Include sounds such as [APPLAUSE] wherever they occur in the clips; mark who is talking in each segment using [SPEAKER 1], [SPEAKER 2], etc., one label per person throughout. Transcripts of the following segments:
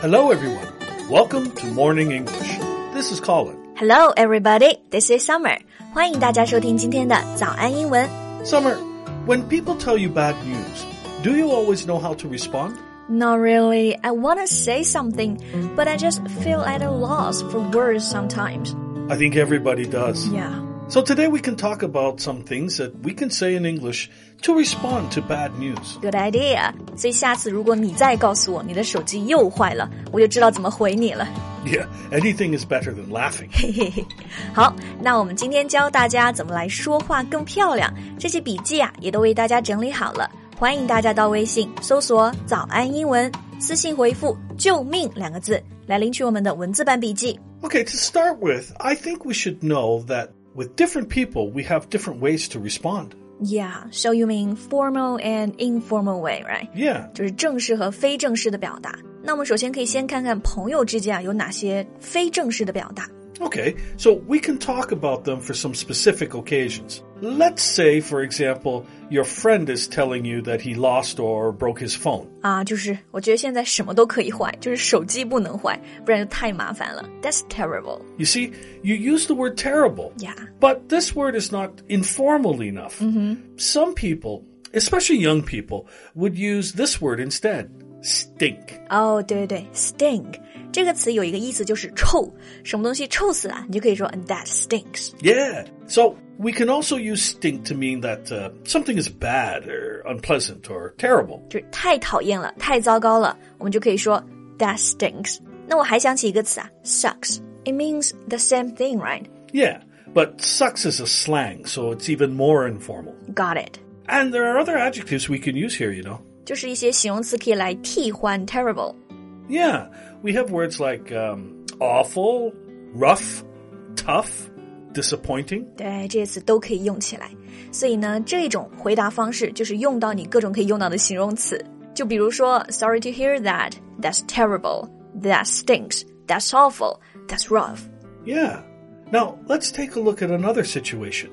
[SPEAKER 1] Hello, everyone. Welcome to Morning English. This is Colin.
[SPEAKER 2] Hello, everybody. This is Summer. 欢迎大家收听今天的早安英文。
[SPEAKER 1] Summer, when people tell you bad news, do you always know how to respond?
[SPEAKER 2] Not really. I want to say something, but I just feel at a loss for words sometimes.
[SPEAKER 1] I think everybody does.
[SPEAKER 2] Yeah.
[SPEAKER 1] So today we can talk about some things that we can say in English to respond to bad news.
[SPEAKER 2] Good idea. 所以下次如果你再告诉我你的手机又坏了，我就知道怎么回你了。
[SPEAKER 1] Yeah, anything is better than laughing.
[SPEAKER 2] 嘿嘿嘿。 [LAUGHS] 好，那我们今天教大家怎么来说话更漂亮。这些笔记啊，也都为大家整理好了。欢迎大家到微信搜索“早安英文”，私信回复“救命”两个字来领取我们的文字版笔记。
[SPEAKER 1] Okay, to start with, I think we should know that with different people, we have different ways to respond.
[SPEAKER 2] Yeah, so you mean formal and informal way, right?
[SPEAKER 1] Yeah.
[SPEAKER 2] 就是正式和非正式的表达。那我们首先可以先看看朋友之间啊有哪些非正式的表达。
[SPEAKER 1] Okay, so we can talk about them for some specific occasions. Let's say, for example, your friend is telling you that he lost or broke his phone.
[SPEAKER 2] 啊，就是我觉得现在什么都可以坏，就是手机不能坏，不然就太麻烦了。That's terrible.
[SPEAKER 1] You see, you use the word terrible.
[SPEAKER 2] Yeah.
[SPEAKER 1] But this word is not informal enough. Some people, especially young people, would use this word instead stink.
[SPEAKER 2] 哦、对对对，stink 这个词有一个意思就是臭，什么东西臭死了，你就可以说 that stinks。
[SPEAKER 1] Yeah. So we can also use stink to mean that uh, something is bad or unpleasant or terrible.
[SPEAKER 2] 就是太讨厌了，太糟糕了，我们就可以说 that stinks。那我还想起一个词啊，sucks。It means the same thing, right?
[SPEAKER 1] Yeah, but sucks is a slang, so it's even more informal.
[SPEAKER 2] Got it？
[SPEAKER 1] And there are other adjectives we can use here, you know.
[SPEAKER 2] 就是一些形容词可以来替换 terrible。
[SPEAKER 1] Yeah, we have words like um, awful, rough, tough, disappointing.
[SPEAKER 2] 对，这些词都可以用起来。所以呢，这种回答方式就是用到你各种可以用到的形容词。就比如说，Sorry to hear that. That's terrible. That stinks. That's awful. That's rough.
[SPEAKER 1] Yeah. Now, let's take a look at another situation.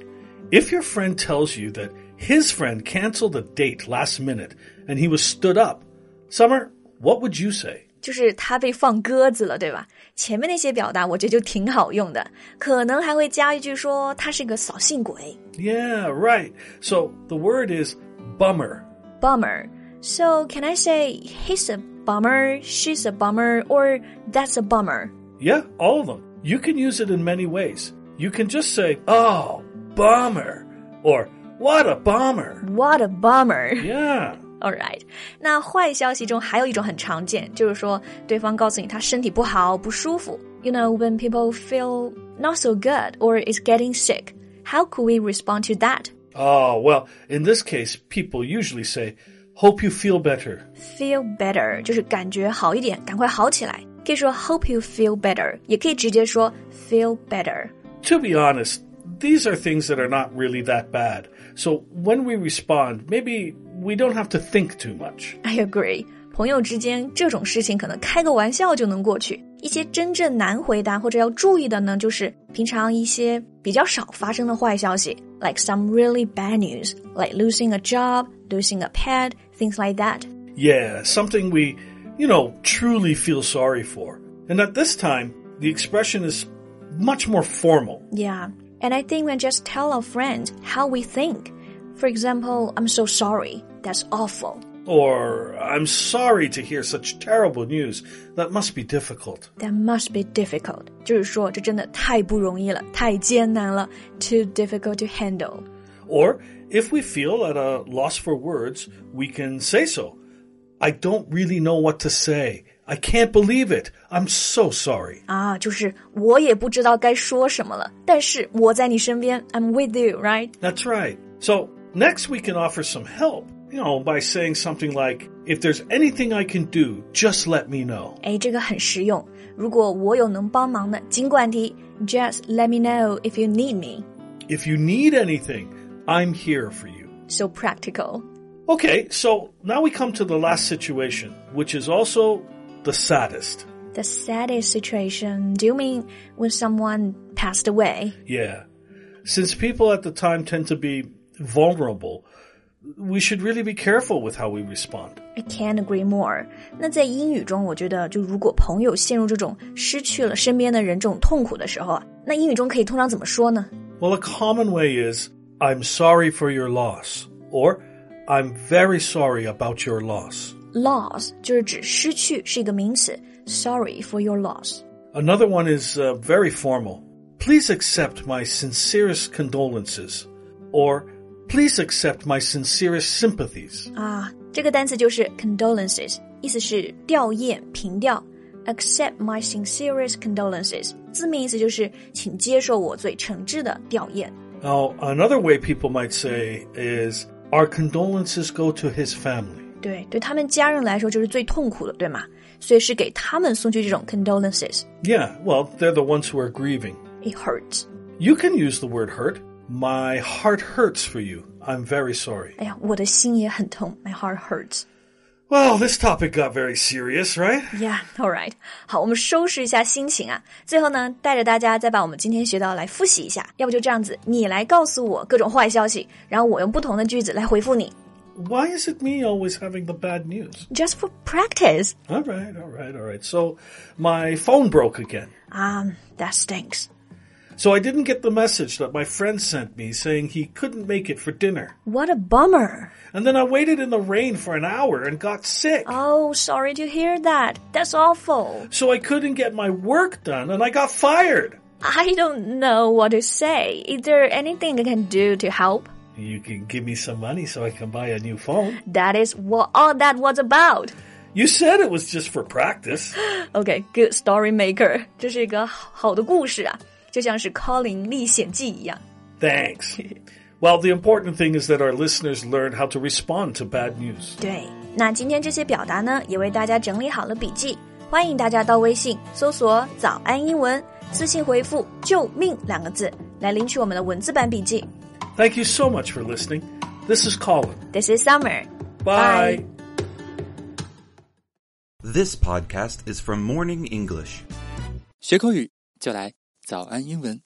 [SPEAKER 1] If your friend tells you that his friend canceled a date last minute and he was stood up, Summer, what would you say?
[SPEAKER 2] 就是他被放鸽子了，对吧？前面那些表达我觉得就挺好用的，可能还会加一句说他是个扫兴鬼
[SPEAKER 1] Yeah, right. So the word is bummer.
[SPEAKER 2] （bummer）。So can I say he's a bummer, she's a bummer, or that's a bummer？
[SPEAKER 1] Yeah, all of them. You can use it in many ways. You can just say, oh, bummer, or what a bummer.
[SPEAKER 2] What a bummer!
[SPEAKER 1] Yeah.
[SPEAKER 2] All right，那坏消息中还有一种很常见，就是说对方告诉你他身体不好、不舒服。You know, when people feel not so good or is getting sick, how could we respond to that?
[SPEAKER 1] Oh, well, in this case, people usually say, hope you feel better.
[SPEAKER 2] Feel better 就是感觉好一点，赶快好起来。可以说 Hope you feel better，也可以直接说 Feel better。
[SPEAKER 1] To be honest, these are things that are not really that bad. So when we respond, maybe we don't have to think too much.
[SPEAKER 2] I agree。朋友之间这种事情可能开个玩笑就能过去。一些真正难回答或者要注意的呢，就是平常一些比较少发生的坏消息，like some really bad news, like losing a job, losing a pet, things like that。
[SPEAKER 1] Yeah, something we, you know, truly feel sorry for. And at this time, the expression is much more formal.
[SPEAKER 2] Yeah, and I think we just tell our friends how we think. For example, I'm so sorry. That's awful.
[SPEAKER 1] Or, I'm sorry to hear such terrible news. That must be difficult.
[SPEAKER 2] That must be difficult，就是说这真的太不容易了，太艰难了，too difficult to handle。
[SPEAKER 1] Or, if we feel at a loss for words, we can say so. I don't really know what to say. I can't believe it. I'm so sorry.
[SPEAKER 2] 啊，就是我也不知道该说什么了，但是我在你身边，I'm with you，right？
[SPEAKER 1] That's right. So, next we can offer some help, you know, by saying something like, If there's anything I can do, just let me know.
[SPEAKER 2] 哎，这个很实用。如果我有能帮忙的，尽管提，just let me know if you need me。
[SPEAKER 1] If you need anything, I'm here for you.
[SPEAKER 2] So practical。
[SPEAKER 1] Okay, so now we come to the last situation, which is also the saddest.
[SPEAKER 2] The saddest situation. Do you mean when someone passed away?
[SPEAKER 1] Yeah. Since people at the time tend to be vulnerable, we should really be careful with how we respond.
[SPEAKER 2] I can't agree more。那在英语中，我觉得就如果朋友陷入这种失去了身边的人这种痛苦的时候啊，那英语中可以通常怎么说呢？
[SPEAKER 1] Well, a common way is I'm sorry for your loss, or I'm very sorry about your loss.
[SPEAKER 2] loss 就是指失去，是一个名词。Sorry for your loss。
[SPEAKER 1] Another one is uh, very formal. Please accept my sincerest condolences, or please accept my sincerest sympathies.
[SPEAKER 2] 啊，这个单词就是 condolences，意思是吊唁、凭吊。Accept my sincerest condolences，字面意思就是请接受我最诚挚的吊唁。
[SPEAKER 1] Now, another way people might say is our condolences go to his family.
[SPEAKER 2] 对，对他们家人来说这是最痛苦的，对吗？所以是给他们送去这种 condolences。
[SPEAKER 1] Yeah, well, they're the ones who are grieving.
[SPEAKER 2] It hurts。
[SPEAKER 1] You can use the word hurt. My heart hurts for you. I'm very sorry.
[SPEAKER 2] 哎呀，我的心也很痛，my heart hurts。
[SPEAKER 1] Well, this topic got very serious, right?
[SPEAKER 2] Yeah, all right。好，我们收拾一下心情啊。最后呢，带着大家再把我们今天学到来复习一下。要不就这样子，你来告诉我各种坏消息，然后我用不同的句子来回复你。
[SPEAKER 1] Why is it me always having the bad news?
[SPEAKER 2] Just for practice.
[SPEAKER 1] All right, all right, all right. So my phone broke again.
[SPEAKER 2] Um, that stinks.
[SPEAKER 1] So I didn't get the message that my friend sent me saying he couldn't make it for dinner.
[SPEAKER 2] What a bummer.
[SPEAKER 1] And then I waited in the rain for an hour and got sick.
[SPEAKER 2] Oh, sorry to hear that. That's awful.
[SPEAKER 1] So I couldn't get my work done and I got fired.
[SPEAKER 2] I don't know what to say. Is there anything I can do to help?
[SPEAKER 1] You can give me some money so I can buy a new phone.
[SPEAKER 2] That is what all that was about.
[SPEAKER 1] You said it was just for practice.
[SPEAKER 2] Okay, good story maker. 这是一个好的故事啊，就像是《Colin 历险记》一样。
[SPEAKER 1] Thanks. Well, the important thing is that our listeners learn how to respond to bad news.
[SPEAKER 2] 对，那今天这些表达呢，也为大家整理好了笔记，欢迎大家到微信搜索“早安英文”，私信回复“救命”两个字来领取我们的文字版笔记。
[SPEAKER 1] Thank you so much for listening. This is Colin.
[SPEAKER 2] This is Summer.
[SPEAKER 1] Bye.
[SPEAKER 2] Bye.
[SPEAKER 3] This podcast is from Morning English.
[SPEAKER 4] 学口语就来早安英文。